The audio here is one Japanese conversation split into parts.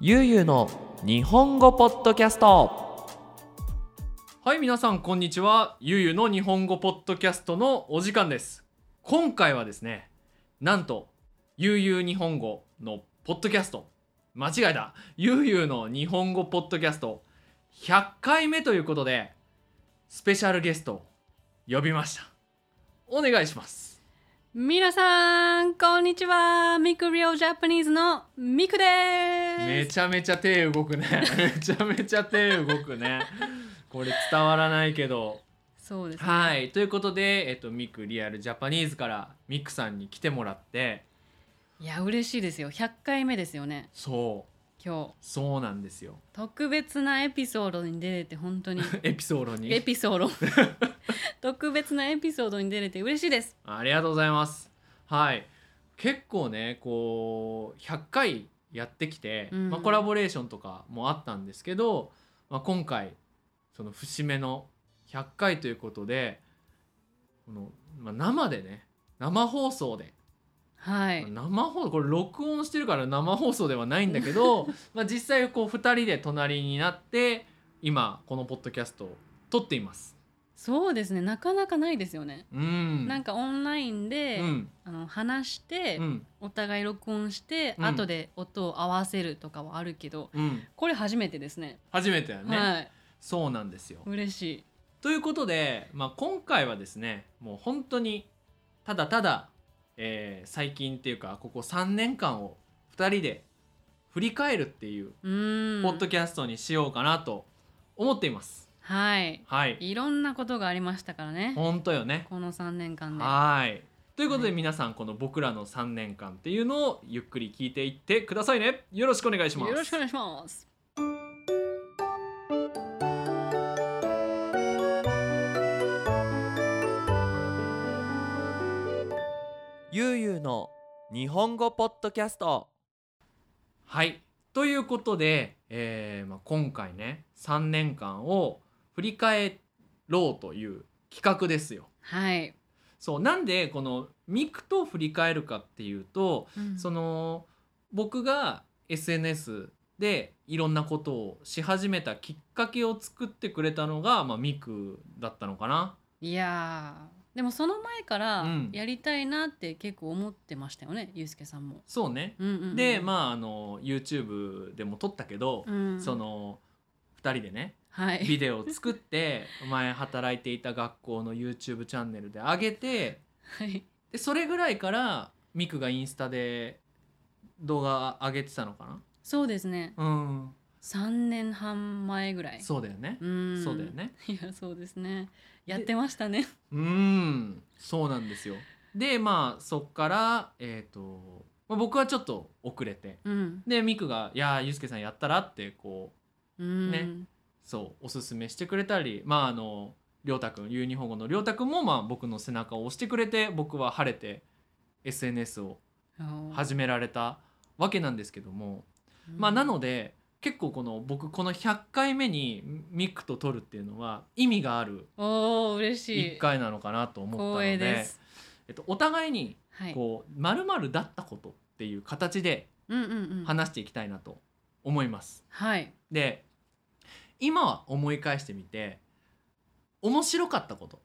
ゆうゆうの日本語ポッドキャストはい皆さんこんにちはゆうゆうの日本語ポッドキャストのお時間です今回はですねなんとゆうゆう日本語のポッドキャスト間違えたゆうゆうの日本語ポッドキャスト100回目ということでスペシャルゲストを呼びましたお願いします皆さんこんにちはミクリオジャパニーズのミクでめすちゃめちゃ手動くねめちゃめちゃ手動くねこれ伝わらないけどそうですねはいということで、えっと、ミクリアルジャパニーズからミクさんに来てもらっていや嬉しいですよ100回目ですよねそう今日そうなんですよ特別なエピソードに出れて 本当にエピソードにエピソード 特別なエピソードに出れて嬉しいですありがとうございますはい結構ねこう100回やってきて、うんまあ、コラボレーションとかもあったんですけど、まあ、今回その節目の100回ということでこの、まあ、生でね生放送ではい生放送これ録音してるから生放送ではないんだけ どまあ実際こう2人で隣になって今このポッドキャストを撮っています。そうですねなかなかないですよねうんなんかオンラインで、うんあの話して、うんお互い録音して、うん後で音を合わせるとかはあるけどうん、これ初めてですね初めてだよね、はいそうなんですよ。嬉しいということで、まあ、今回はですねもう本当にただただ、えー最近っていうかここ3年間を2人で振り返るっていううーんポッドキャストにしようかなと思っています。はいはい、いろんなことがありましたからね本当よね。この3年間ではい。ということではい皆さんこの僕らの3年間っていうのをゆっくり聞いていってくださいね。よろしくお願いします。よろしくお願いしますゆうゆうの日本語ポッドキャストはい。ということで、えーまあ、今回ね3年間を振り返ろうという企画ですよ。はい、そうなんでこのミクと振り返るかっていうとその僕が SNS でいろんなことをし始めたきっかけを作ってくれたのが、まあ、ミクだったのかな。いやーでもその前からうんやりたいなって結構思ってましたよね、ゆうすけさんも、そうね、うんうんうん、でまああの YouTube でも撮ったけど、うんその2人でねはいビデオを作って 前働いていた学校の YouTube チャンネルで上げてはいでそれぐらいからミクがインスタで動画上げてたのかそうですねなうん3年半前ぐらいそうだよねう、ーんそうだよねいやそうですねやってましたねうんそうなんですよでまあそっからえっ、と、まあ、僕はちょっと遅れてうんでミクが「いやーユースケさんやったら?」ってこううーんねそうおすすめしてくれたりまああのりょうたくんユニフォームのりょうたくんもまあ僕の背中を押してくれて僕は晴れて SNS をあー始められたわけなんですけども、まあなので結構この僕この100回目にミクと撮るっていうのは意味があるうんおお嬉しい1回なのかなと思ったの光で栄ですえっと、お互いにはいこう「まるだったこと」っていう形でうんうんうん話していきたいなと思います。はいで今は思い返してみて面白かったこと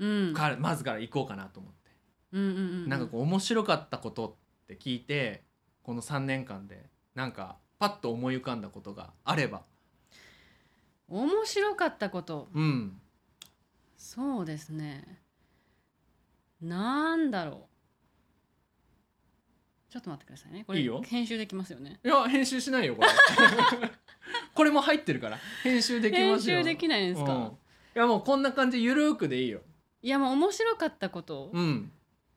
うんから、まずから行こうかなと思って、うんうんうんうんなんかこう面白かったことって聞いてこの3年間でなんかパッと思い浮かんだことがあれば面白かったことうんそうですねなんだろうちょっと待ってくださいねこれいいよ編集できますよねいや編集しない よこれこれも入ってるから編集でき編ますよ集できないんですか、うんいやもうこんな感じゆるーくでいいよいやもう面白かったこと、うん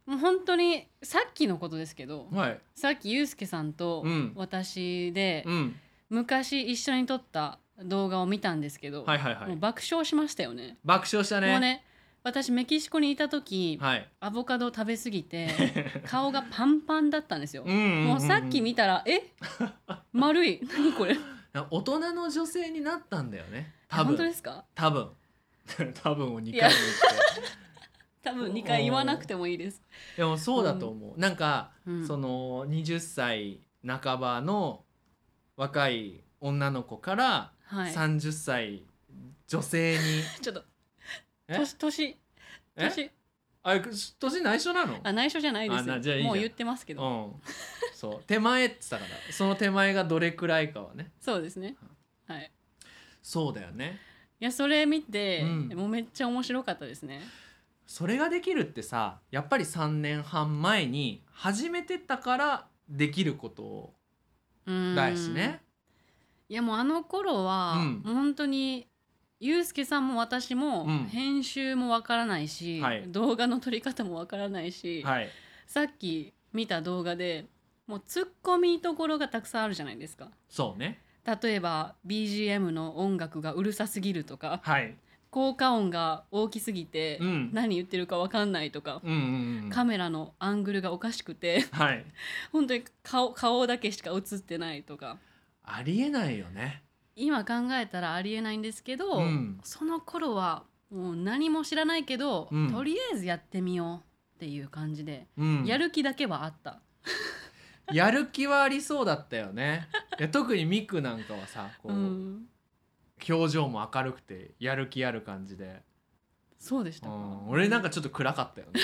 もう本当にさっきのことですけど、はいさっきゆうすけさんとうん私で、うん昔一緒に撮った動画を見たんですけど、はいはいはもうい爆笑しましたよね爆笑したねもうね私メキシコにいた時、はい アボカドを食べ過ぎて顔がパンパンだったんですよ、もうさっきみ見たら、え丸い何これ大人の女性になったんだよね多本当で分すか多分多分を2い回も言っやて多分2回言わなくてもいいです、でもそうだと思う、なんか、うんその20歳半ばの若い女の子からはい。 30歳女性に、ちょっと。え年、年、え年、あ年内緒なのあ、内緒じゃないであすなじゃあいいよ。じゃんもう言ってますけうど。ん、そう手前って言ったからその手前がどれくらいかはねそうですね。はい。そうだよねいや、それ見て、うんもうめっちゃ面白かったですね。それができるってさやっぱり3年半前に始めてたからできることうーんだしね。いやもうあの頃は、うんもう本当にゆうすけさんも私も、うん編集もわからないし、はい動画の撮り方もわからないし、はいさっき見た動画でもうツッコミどころがたくさんあるじゃないですか。そうね例えば BGM の音楽がうるさすぎるとかはい効果音が大きすぎて、うん何言ってるかわかんないとか、うんうんうんカメラのアングルがおかしくてはい本当に顔顔だけしか映ってないとかありえないよね今考えたらありえないんですけど、うんその頃はもう何も知らないけど、うんとりあえずやってみようっていう感じで、うんやる気だけはあったやる気はありそうだったよねいや特にミクなんかはさこうう、ん表情も明るくてやる気ある感じで、そうでしたうかん、俺なんかちょっと暗かったよ ね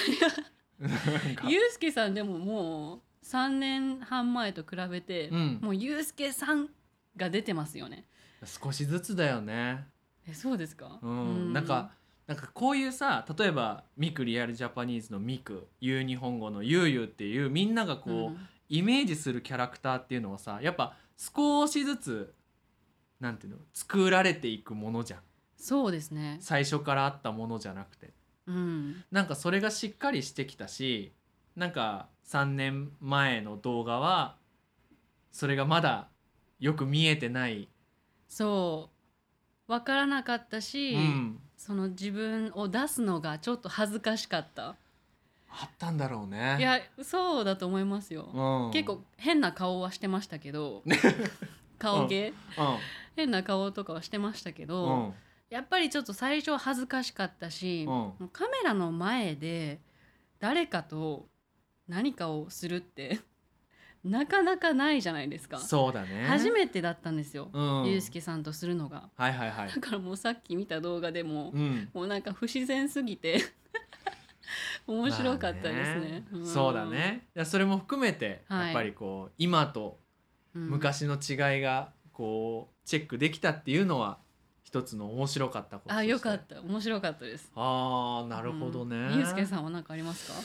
なんかゆうすけさんでももう3年半前と比べて、うんもうゆうすけさんが出てますよね少しずつだよねえそうですか、うん、うなんかなんかこういうさ例えばミクリアルジャパニーズのミクユー日本語のユーユーっていうみんながこう、んイメージするキャラクターっていうのはさやっぱ少しずつなんていうの作られていくものじゃんそうですね最初からあったものじゃなくてうんなんかそれがしっかりしてきたしなんか3年前の動画はそれがまだよく見えてない、そう分からなかったし、うん、その自分を出すのがちょっと恥ずかしかったあったんだろうねいやそうだと思いますよ、うん、結構変な顔はしてました けど顔芸、変な顔とかはしてましたけうど、ん、うんやっぱりちょっと最初は恥ずかしかったし、うんカメラの前で誰かと何かをするって なかなかないじゃないですか、そうだね初めてだったんですよ、うん、ゆうすけさんとするのがはいはいはいだからもうさっき見た動画でも、うんもうなんか不自然すぎて 面白かったですね,まあん、そうだねいやそれも含めてはいやっぱりこう、今とうん、昔の違いがこうチェックできたっていうのは一つの面白かったこととしてあよかった面白かったですあーなるほどね、うんゆうすけさんは何かありますか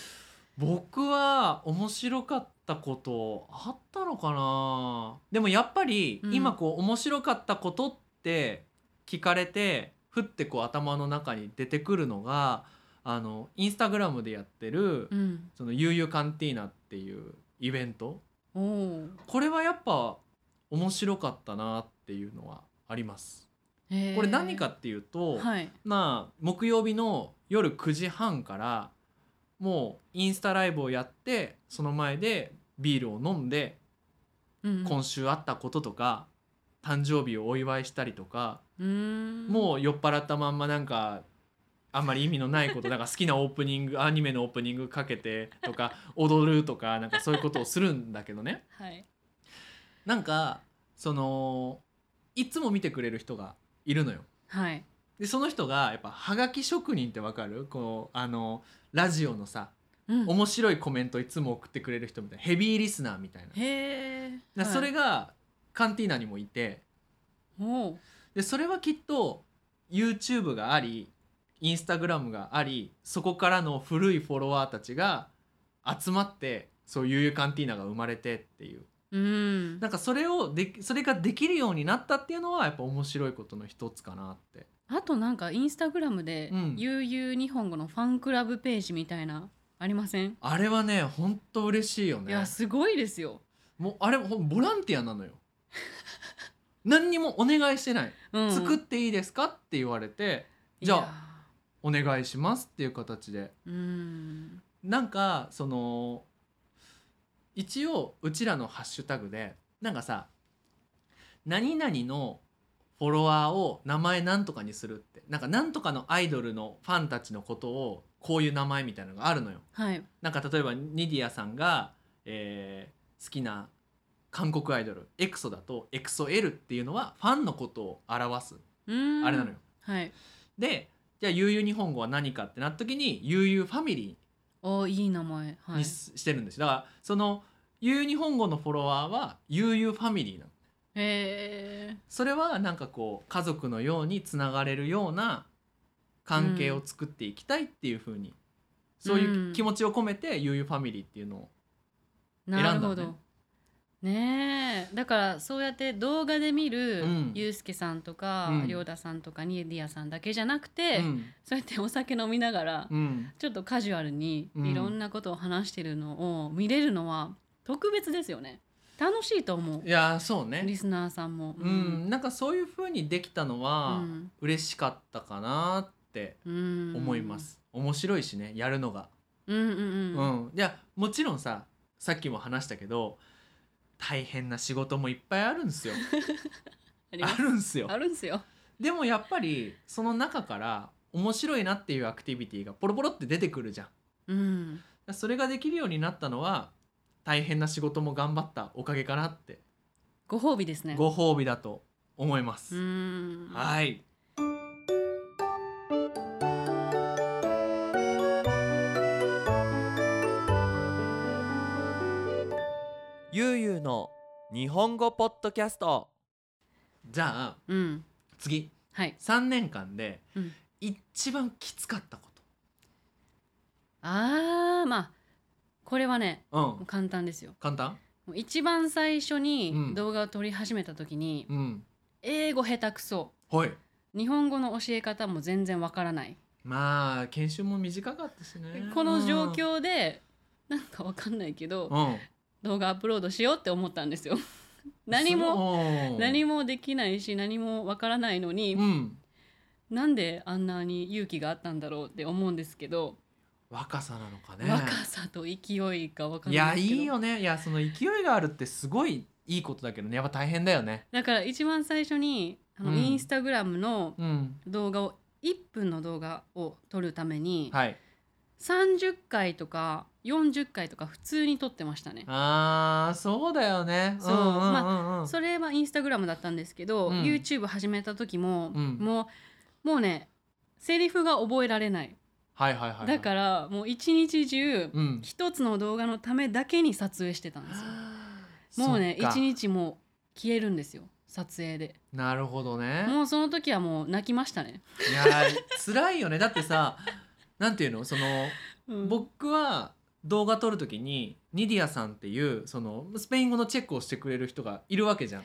僕は面白かったことあったのかなでもやっぱりうん今こう面白かったことって聞かれてふってこう頭の中に出てくるのがあのインスタグラムでやってるうんその悠々カンティーナっていうイベントおおこれはやっぱ面白かったなっていうのはあります。これ何かっていうと、はいまあ木曜日の夜9時半からもうインスタライブをやってその前でビールを飲んで、うん今週あったこととか誕生日をお祝いしたりとか、うーんもう酔っ払ったまんまなんかあんまり意味のないことなんか好きなオープニングアニメのオープニングかけてとか踊るとかなんかそういうことをするんだけどね。はいなんかそのいつも見てくれる人がいるのよ。はいでその人がやっぱはがき職人ってわかるこうあのラジオのさうん面白いコメントいつも送ってくれる人みたいなヘビーリスナーみたいなへえだそれががカンティーナにもいておうでそれはきっと YouTube がありインスタグラムがありそこからの古いフォロワーたちが集まってそういうゆうカンティーナが生まれてっていううんなんかそれをできそれができるようになったっていうのはやっぱ面白いことの一つかなってあとなんかインスタグラムでうん「ゆうゆう日本語」のファンクラブページみたいなありませんあれはね本当嬉しいよねいやすごいですよもうあれほんボランティアな のよ何にもお願いしてない、うん作っていいですかって言われてじいゃあやお願いしますっていう形でうんなんかその一応うちらのハッシュタグでなんかさ何々のフォロワーを名前なんとかにするってなんかなんとかのアイドルのファンたちのことをこういう名前みたいなのがあるのよ。はいなんか例えばニディアさんが、えー好きな韓国アイドルエクソだとエクソ L っていうのはファンのことを表すうーんあれなのよ。はいでじゃあ悠々日本語は何かってなった時に悠々ファミリおいい名前ーはいにすしてるんですよだからその悠々日本語のフォロワーは悠々ファミリーなのへえそれはなんかこう家族のようにつながれるような関係を作っていきたいっていうふうに、そういう気持ちを込めて悠々ファミリーっていうのを選んだなるのねほどねえだからそうやって動画で見る、うんゆうすけさんとか、うんりょうださんとかにディアさんだけじゃなくて、うんそうやってお酒飲みながら、うんちょっとカジュアルにうんいろんなことを話してるのを見れるのは特別ですよね楽しいと思ういやーそうねリスナーさんもうん、なんかそういうふうにできたのはうん嬉しかったかなってうん思います、面白いしねやるのがうんうんうう、んん、いやもちろんささっきも話したけど大変な仕事もいっぱいあるん ですよありまあするんですよあるんですよでもやっぱりその中から面白いなっていうアクティビティがポロポロって出てくるじゃうんんそれができるようになったのは大変な仕事も頑張ったおかげかなってご褒美ですねご褒美だと思いまうす、んはいゆうゆうの日本語ポッドキャストじゃあうん次はい3年間でうん一番きつかったこあーまあこれはねとうもうん簡単ですよ簡単もう一番最初うんに動画を撮り始めた時に、うん英語下手くそはい日本語の教え方も全然わからないまあ研修も短かったしねこの状況でなんかわかんないけどうん、うん動画アップロードしようって思ったんですよ 何もも何ももできないし何もわからないのに、うんなんであんなに勇気があったんだろうって思うんですけど、若さなのかね若さと勢いがわかんいなやいいですけどいよねいやその勢いがあるってすごいいいことだけどねやっぱ大変だよねだから一番最初にあの、うんインスタグラムのうん動画を1分の動画を撮るために、はい30回とか40回とか普通に撮ってましたね。あーそうだよねそうんんうんうんそれはインスタグラムだったんですけど、うん YouTube 始めた時も、うんもうもうねセリフが覚えられない、はいはいはいだかららもう一日中うん一つの動画のためだけに撮影してたんですよ。もうねそっか一日もう消えるんですよ撮影でなるほどねもうその時はもう泣きましたね、いやー辛いよねだってさなんていうのそのうん僕は動画撮る時にニディアさんっていうそのスペイン語のチェックをしてくれる人がいるわけじゃん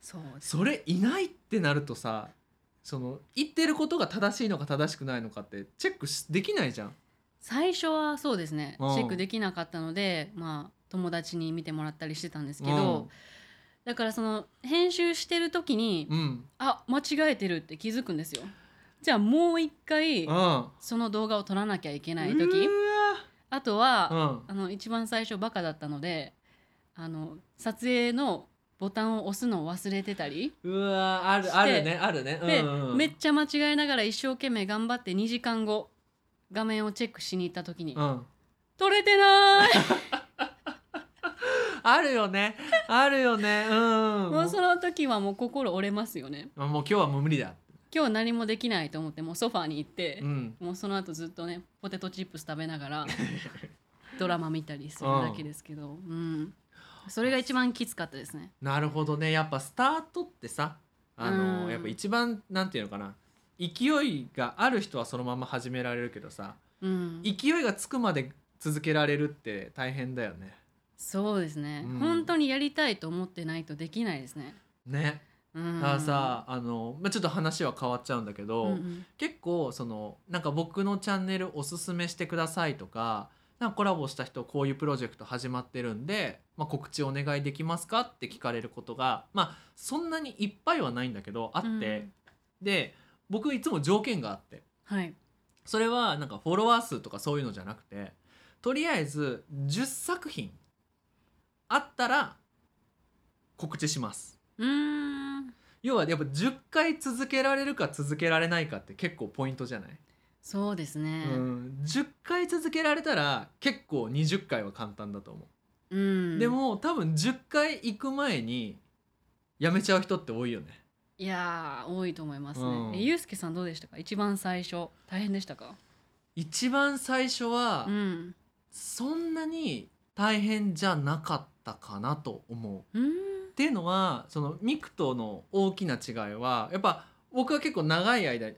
そうですそれいないってなるとさその言ってることが正しいのか正しくないのかってチェックしできないじゃん最初はそうですねチうんェックできなかったのでまあ友達に見てもらったりしてたんですけうどんだからその編集してる時にうんあ間違えてるって気づくんですよじゃあもう一回うんうわその動画を撮らなきゃいけなうい時あとは、んあの一番最初バカだったのであの撮影のボタンを押すのを忘れてたりうわあしてるあるねあるねで、うんうんめっちゃ間違えながら一生懸命頑張って2時間後画面をチェックしに行った時にうん「撮れてない!あるよねあるよねう」んもうその時はもう心折れますよねあもう今日はもう無理だ今日何もできないと思ってもうソファーに行ってう、んもうその後ずっとねポテトチップス食べなが らドラマ見たりするだけですけど、うん、それが一番きつかったですね。なるほどねやっぱスタートってさあの、うんやっぱ一番なんていうのかな勢いがある人はそのまま始められるけどさうん、勢いがつくまで続けられるって大変だよねそうですね、うん本当にやりたいと思ってないとできないですね。ね、うん、だからさあの、まあ、ちょっと話は変わっちゃうんだけど、うんうん結構そのなんか僕のチャンネルおすすめしてくださいとかなんかコラボした人こういうプロジェクト始まってるんで、まあ、告知お願いできますかって聞かれることがまあそんなにいっぱいはないんだけどあって、うんで僕いつも条件があってはい、それはなんかフォロワー数とかそういうのじゃなくてとりあえず10作品あったら告知しますうーん要はやっぱ10回続けられるか続けられないかって結構ポイントじゃない、そうですね、うん、10回続けられたら結構20回は簡単だと思ううん、でも多分10回行く前に辞めちゃう人って多いよねいやー多いと思いますね、うんえゆうすけさんどうでしたか一番最初大変でしたか一番最初は、うんそんなに大変じゃなかったかなと思う。うっんていうのはそのミクとの大きな違いはやっぱ僕は結構長い間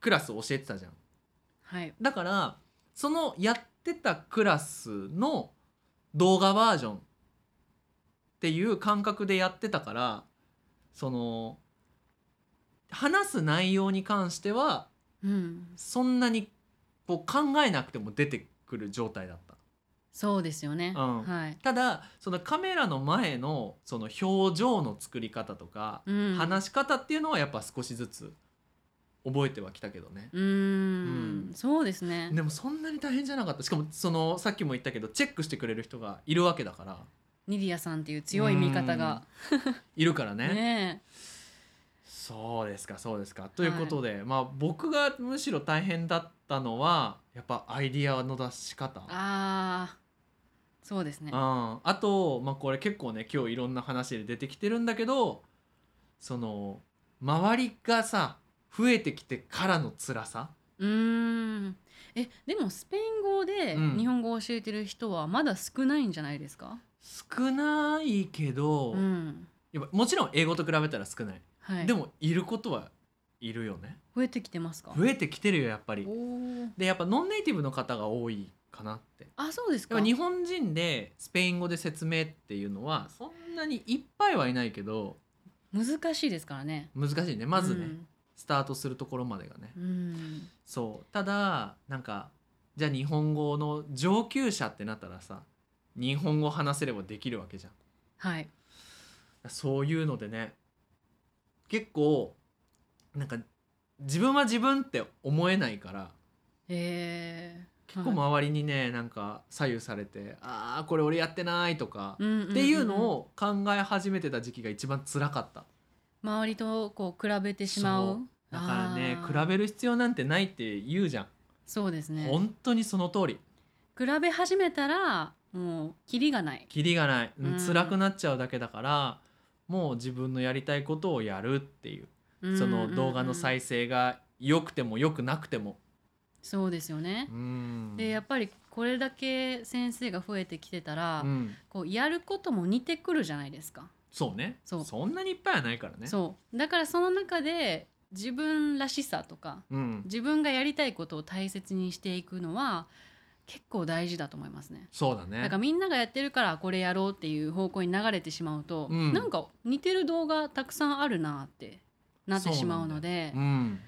クラスを教えてたじゃん。はいだからそのやってたクラスの動画バージョンっていう感覚でやってたからその話す内容に関してはうんそんなにこう考えなくても出てくる状態だった。そうですよね、うんはい、ただそのカメラの前のその表情の作り方とか、うん、話し方っていうのはやっぱ少しずつ覚えてはきたけどね、うーうんんそうですねでもそんなに大変じゃなかったしかもそのさっきも言ったけどチェックしてくれる人がいるわけだからニディアさんっていう強い味方がいるからねねそうですかそうですかということで、まあ僕がむしろ大変だったのはやっぱアイディアの出し方えあーそうですねうん、あと、まあ、これ結構ね今日いろんな話で出てきてるんだけどその周りがさ増えてきてからの辛さうーんえでもスペイン語でうん日本語を教えてる人はまだ少ないんじゃないですか、少ないけど、うんやっぱもちろん英語と比べたら少ない、はい、でもいることはいるよね増えてきてますか増えてきてるよやっぱりおーでやっぱノンネイティブの方が多いかなってあそうですやっかぱ日本人でスペイン語で説明っていうのはそんなにいっぱいはいないけど難しいですからね難しいねまずね、うんスタートするところまでがねうんそうただなんかじゃあ日本語の上級者ってなったらさ日本語話せればできるわけじゃんはいそういうのでね結構なんか自分は自分って思えないからえー、結構周りにねなんか左右されて「ああこれ俺やってない」とかうんんんんっていうのを考え始めてた時期が一番辛かった周りとこう比べてしまうそうだからねあ比ーべる必要なんてないって言うじゃんそうですね本当にその通り比べ始めたらもうキリがないキリがない、うんうん辛くなっちゃうだけだからもう自分のやりたいことをやるっていうその動画の再再生が良くても良くなくても、そうですよねう、んでやっぱりこれだけ先生が増えてきてたら、うんこうやることも似てくるじゃないですか、そうねそうんなにいっぱいはないからねそうだからその中で自分らしさとかうん、自分がやりたいことを大切にしていくのは結構大事だと思いますねそうだなねんかみんながやってるからこれやろうっていう方向に流れてしまうと、うんなんか似てる動画たくさんあるなってなってしまうのでうん、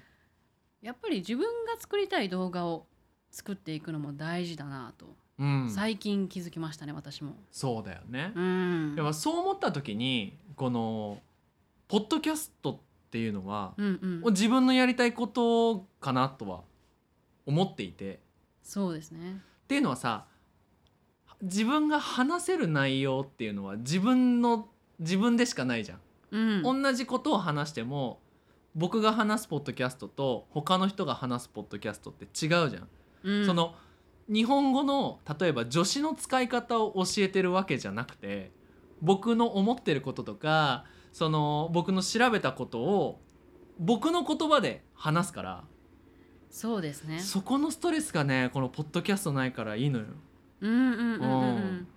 やっぱり自分が作りたい動画を作っていくのも大事だなと、うん、最近気づきましたね私も。そうだよねう、んでもそう思った時にこのポッドキャストっていうのは、うんうんもう自分のやりたいことかなとは思っていて、そうですね。っていうのはさ自分が話せる内容っていうのは自分の自分でしかないじゃん、うん、同じことを話しても僕が話すポッドキャストと他の人が話すポッドキャストって違うじゃん、うんその日本語の例えば助詞の使い方を教えてるわけじゃなくて僕の思ってることとかその僕の調べたことを僕の言葉で話すから、そうですね。そこのストレスがねこのポッドキャストないからいいのようんうんうんうんう。うん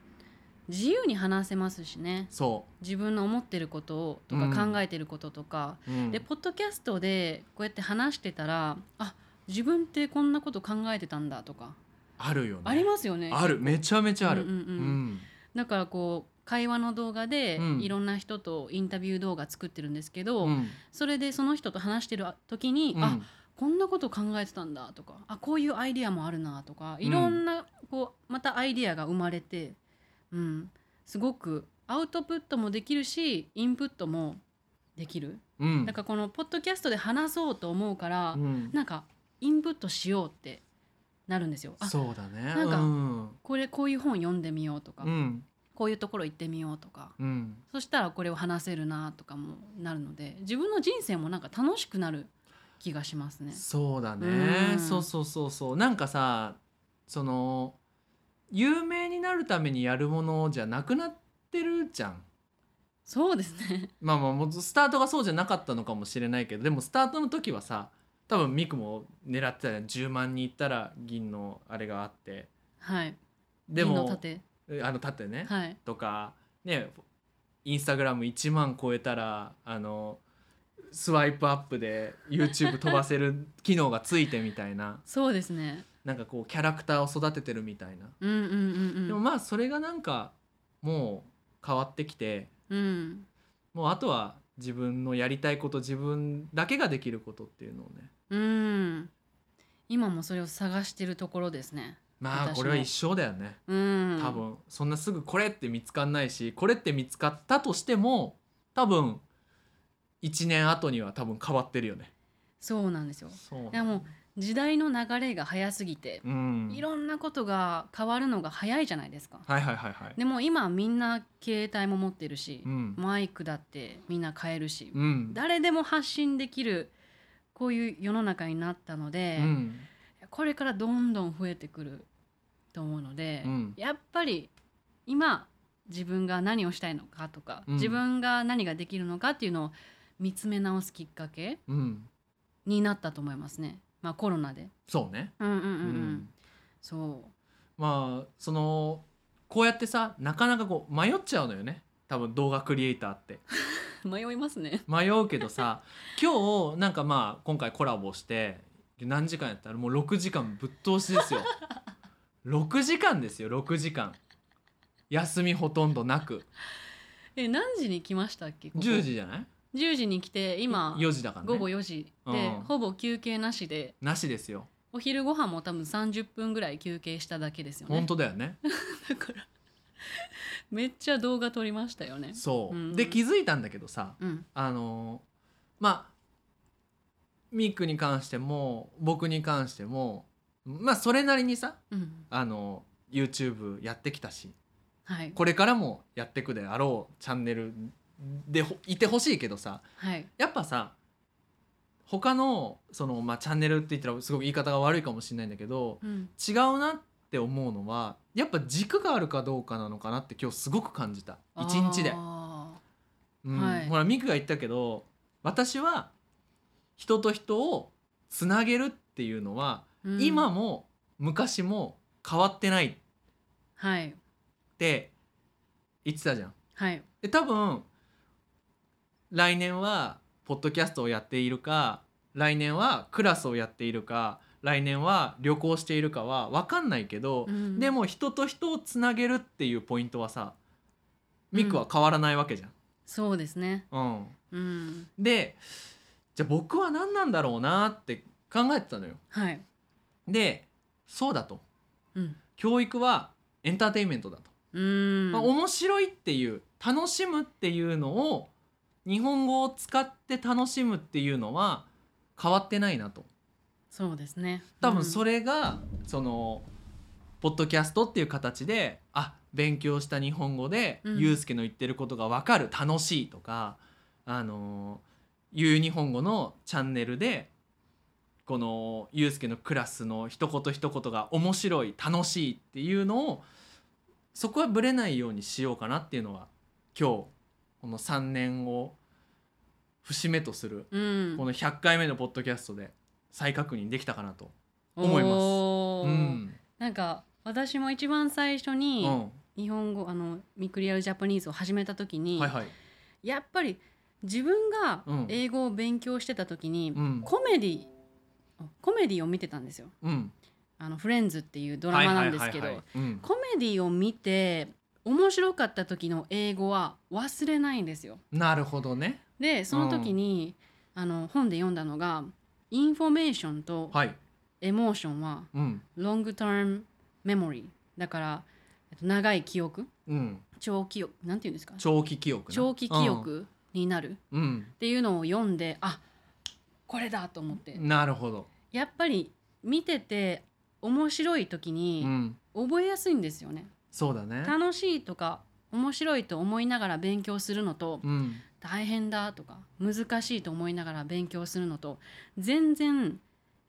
自由に話せますしね。そ自分の思ってることをとうかん考えてることとか、う、うんでポッドキャストでこうやって話してたら、あ自分ってこんなこと考えてたんだとか、あるよねありますよね。あるめちゃめちゃあるうんうんうんうんだからこう会話の動画でうんいろんな人とインタビュー動画作ってるんですけど、うんそれでその人と話してる時に、うんあこんなこと考えてたんだとかあこういうアイディアもあるなとかいろんなこうまたアイディアが生まれて、うん、すごくアウトプットもできるしインプットもできる。うんなんかこのポッドキャストで話そうと思うから、うんなんかインプットしようってなるんですよ。あそうだねなんかうんこれこういう本読んでみようとか、うんこういうところ行ってみようとかうんそしたらこれを話せるなとかもなるので自分の人生もなんか楽しくなる気がしますね。そうだねうんそうそうそうそうなんかさその有名になるためにやるものじゃなくなってるじゃんそうですねまあまあもうスタートがそうじゃなかったのかもしれないけどでもスタートの時はさ多分ミクも狙ってたじゃん10万人いったら銀のあれがあってはいで銀のも盾えあの盾ね、はいとかねインスタグラム1万超えたらあのスワイプアップで YouTube 飛ばせる機能がついてみたいなそうですねなんかこうキャラクターを育ててるみたいな、うんうんうんでうもんまあそれがなんかもう変わってきてうんもうあとは自分のやりたいこと自分だけができることっていうのをねうん今もそれを探してるところですねまあ私もこれは一生だよねうん多分そんなすぐこれって見つかんないしこれって見つかったとしても多分1年後には多分変わってるよね。そうなんですよそういやもう時代の流れが早すぎて、うん、いろんなことが変わるのが早いじゃないですかはいはいはいはい。でも今みんな携帯も持ってるしう、ん、マイクだってみんな買えるし、うん、誰でも発信できるこういう世の中になったので、うん、これからどんどん増えてくると思うので、うんやっぱり今自分が何をしたいのかとか、うん自分が何ができるのかっていうのを見つめ直すきっかけうん、になったと思いますね、まあ、コロナで。そうね。うんうんうんう、うんそうまあそのこうやってさなかなかこう迷っちゃうのよね。多分動画クリエイターって 迷いますね。迷うけど さ今日なんかまあ今回コラボして何時間やったらもう6時間ぶっ通し ですよ6時間ですよ6時間休みほとんどなくえ何時に来ましたっけ？ここ10時じゃない10時に来て今4時だからね午後4時で、うんほぼ休憩なしでなしですよお昼ご飯も多分30分ぐらい休憩しただけですよね。本当だよねだからめっちゃ動画撮りましたよね。そう、うんで気づいたんだけどさうんあのまあミックに関しても僕に関してもまあそれなりにさうんあの YouTube やってきたしはいこれからもやってくであろうチャンネルでほいてほしいけどさはいやっぱさ他のその、まあ、チャンネルって言ったらすごく言い方が悪いかもしれないんだけどうん違うなって思うのはやっぱ軸があるかどうかなのかなって今日すごく感じた一日で。あうんはいほらミクが言ったけど私は人と人をつなげるっていうのは、ーうん今も昔も変わってないっはいて言ってたじゃん。はいで多分来年はポッドキャストをやっているか来年はクラスをやっているか来年は旅行しているかは分かんないけど、うんでも人と人をつなげるっていうポイントはさミクうはん変わらないわけじそうですね。ゃん。うんうんでじゃあ僕は何なんだろうなって考えてたのよ。はいでそうだとうん教育はエンターテインメントだと、うんまあ、面白いっていう楽しむっていうのを日本語を使って楽しむっていうのは変わってないなとそうですね。多分それれが、そのポッドキャストっていう形であ勉強した日本語で、うんゆうすけの言ってることが分かる楽しいとかあのゆう日本語のチャンネルでこのゆうすけのクラスの一言一言が面白い楽しいっていうのをそこはぶれないようにしようかなっていうのは今日この3年を節目とするうんこの100回目のポッドキャストで再確認できたかなと思いますおうーん、なんか私も一番最初に、う日本語あのミクリアルジャパニーズを始めた時に、ん、はいはい、やっぱり自分がうん英語を勉強してた時に、うん、コメディコメディを見てたんですようん、 「あのフレンズ」っていうドラマなんですはいはけいどはいはいうんコメディを見て面白かった時の英語は忘れないんですよ。なるほどね、でその時に、あの本で読んだのが「インフォメーションとはい、エモーションはうん、ロングタームメモリー」だからえっと長い記憶うん、長記憶なんていうんですか長期記憶、ね、長期記憶になるうん、っていうのを読んであこれだと思って、うん、なるほど、やっぱり見てて面白い時うにん、覚えやすいんですよね、そうだね、楽しいとか面白いと思いながら勉強するのと、うん、大変だとか難しいと思いながら勉強するのと全然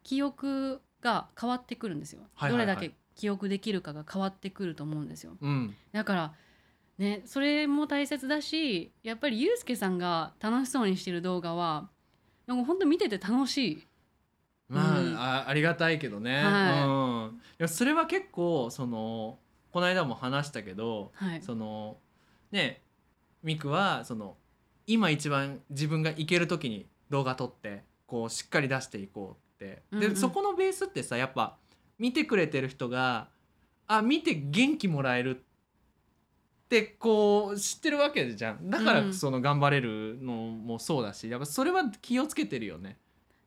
記憶が変わってくるんですよ、はいはいはいどれだけ記憶できるかが変わってくると思うんですようんだからねそれも大切だしやっぱりゆうすけさんが楽しそうにしてる動画はなんか本当見てて楽しいまあ、うんあありがたいけどね、はうん、いやそれは結構そのこの間も話したけどはいそのねミクはその今一番自分がいける時に動画撮ってこうしっかり出していこうってで、うんうんそこのベースってさやっぱ見てくれてる人があ見て元気もらえるってこう知ってるわけじゃんだかうらんその頑張れるのもそうだしやっぱそれは気をつけてるよね。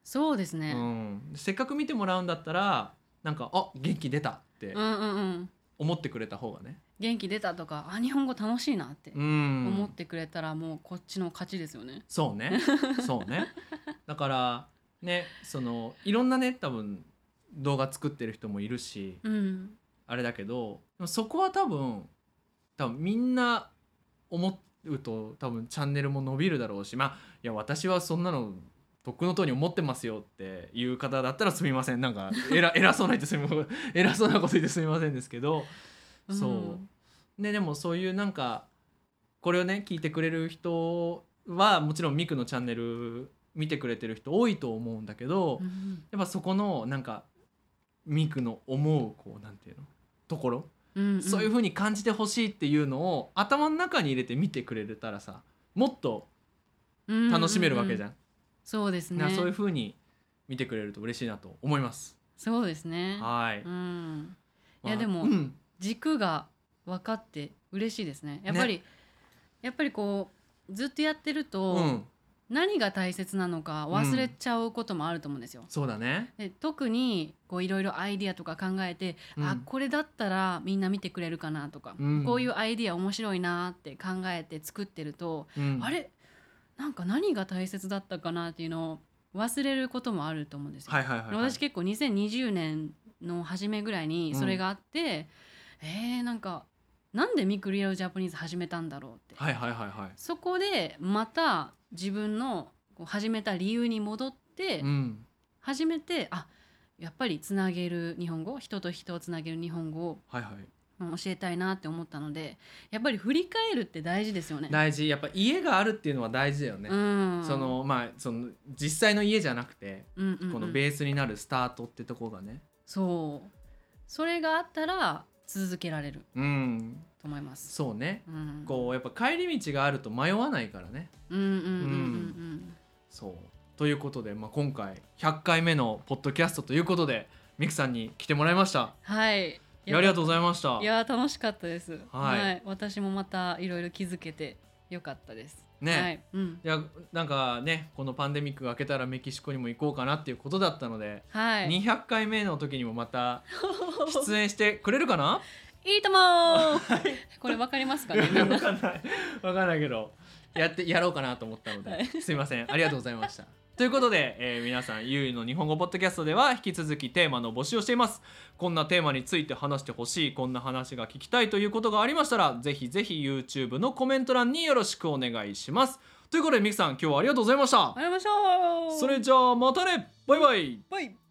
そうですね、うん、せっかく見てもらうんだったらなんか「あ元気出た」ってうんうんうん思ってくれた方がね、元気出たとかあ日本語楽しいなってうん思ってくれたらもうこっちの勝ちですよね。そうねそうねだからねそのいろんなね多分動画作ってる人もいるしうん、あれだけどでもそこは多分多分みんな思うと多分チャンネルも伸びるだろうしまあいや私はそんなのとっくのとうに思ってますよっていう方だったらすみませんなんか偉 偉そうな言ってすみません偉そうなこと言ってすみませんですけどそう、うんねでもそういうなんかこれをね聞いてくれる人はもちろんミクのチャンネル見てくれてる人多いと思うんだけど、うんやっぱそこのなんかミクの思うこうなんていうのところ、うんんそういう風に感じてほしいっていうのを頭の中に入れて見てくれたらさもっと楽しめるわけじゃんうんうんん,、そうですだからねそういう風に見てくれると嬉しいなと思います、そうですね、はい、うん、いまあやでもうん軸が分かって嬉しいですねやっぱり、やっぱりこうずっとやってると、うん何が大切なのか忘れちゃうこともあると思うんですよ。そうだねで特にこういろいろアイディアとか考えて、うんあこれだったらみんな見てくれるかなとか、うんこういうアイディア面白いなって考えて作ってると、うんあれなんか何が大切だったかなっていうのを忘れることもあると思うんですよ。はいはいはい、はい、私結構2020年の初めぐらいにそれがあって、えー、なんかなんでミクリアルジャパニーズ始めたんだろうって、はいはいはいはいそこでまた自分のこう始めた理由に戻って、うん初めてあやっぱりつなげる日本語人と人をつなげる日本語をはいはいうん教えたいなって思ったのでやっぱり振り返るって大事ですよね。大事やっぱ家があるっていうのは大事だよね、うん、そのまあその実際の家じゃなくてうんうんうんこのベースになるスタートってとこがねそうそれがあったら続けられるうんと思います。そうねうん、こうやっぱ帰り道があると迷わないからねうんうんうんうんそうということで、まあ、今回100回目のポッドキャストということでミクさんに来てもらいましたうん。はい。いやありがとうございましたいや楽しかったです。はい私もまたいろいろ気づけてよかったです。ね、、はいい。うん。やなんかねこのパンデミックが明けたらメキシコにも行こうかなっていうことだったので、はい。 200回目の時にもまた出演してくれるかない いとも ー。これわかりますかね。みんわ なかんないわかんないけどやってやろうかなと思ったので、はいすいませんありがとうございました ということで、えー皆さんゆうゆの日本語ポッドキャストでは引き続きテーマの募集をしていますこんなテーマについて話してほしいこんな話が聞きたいということがありましたらぜひぜひ YouTube のコメント欄によろしくお願いしますということでみくさん今日はありがとうございました会いましょう。それじゃあまたねバイバイバイ。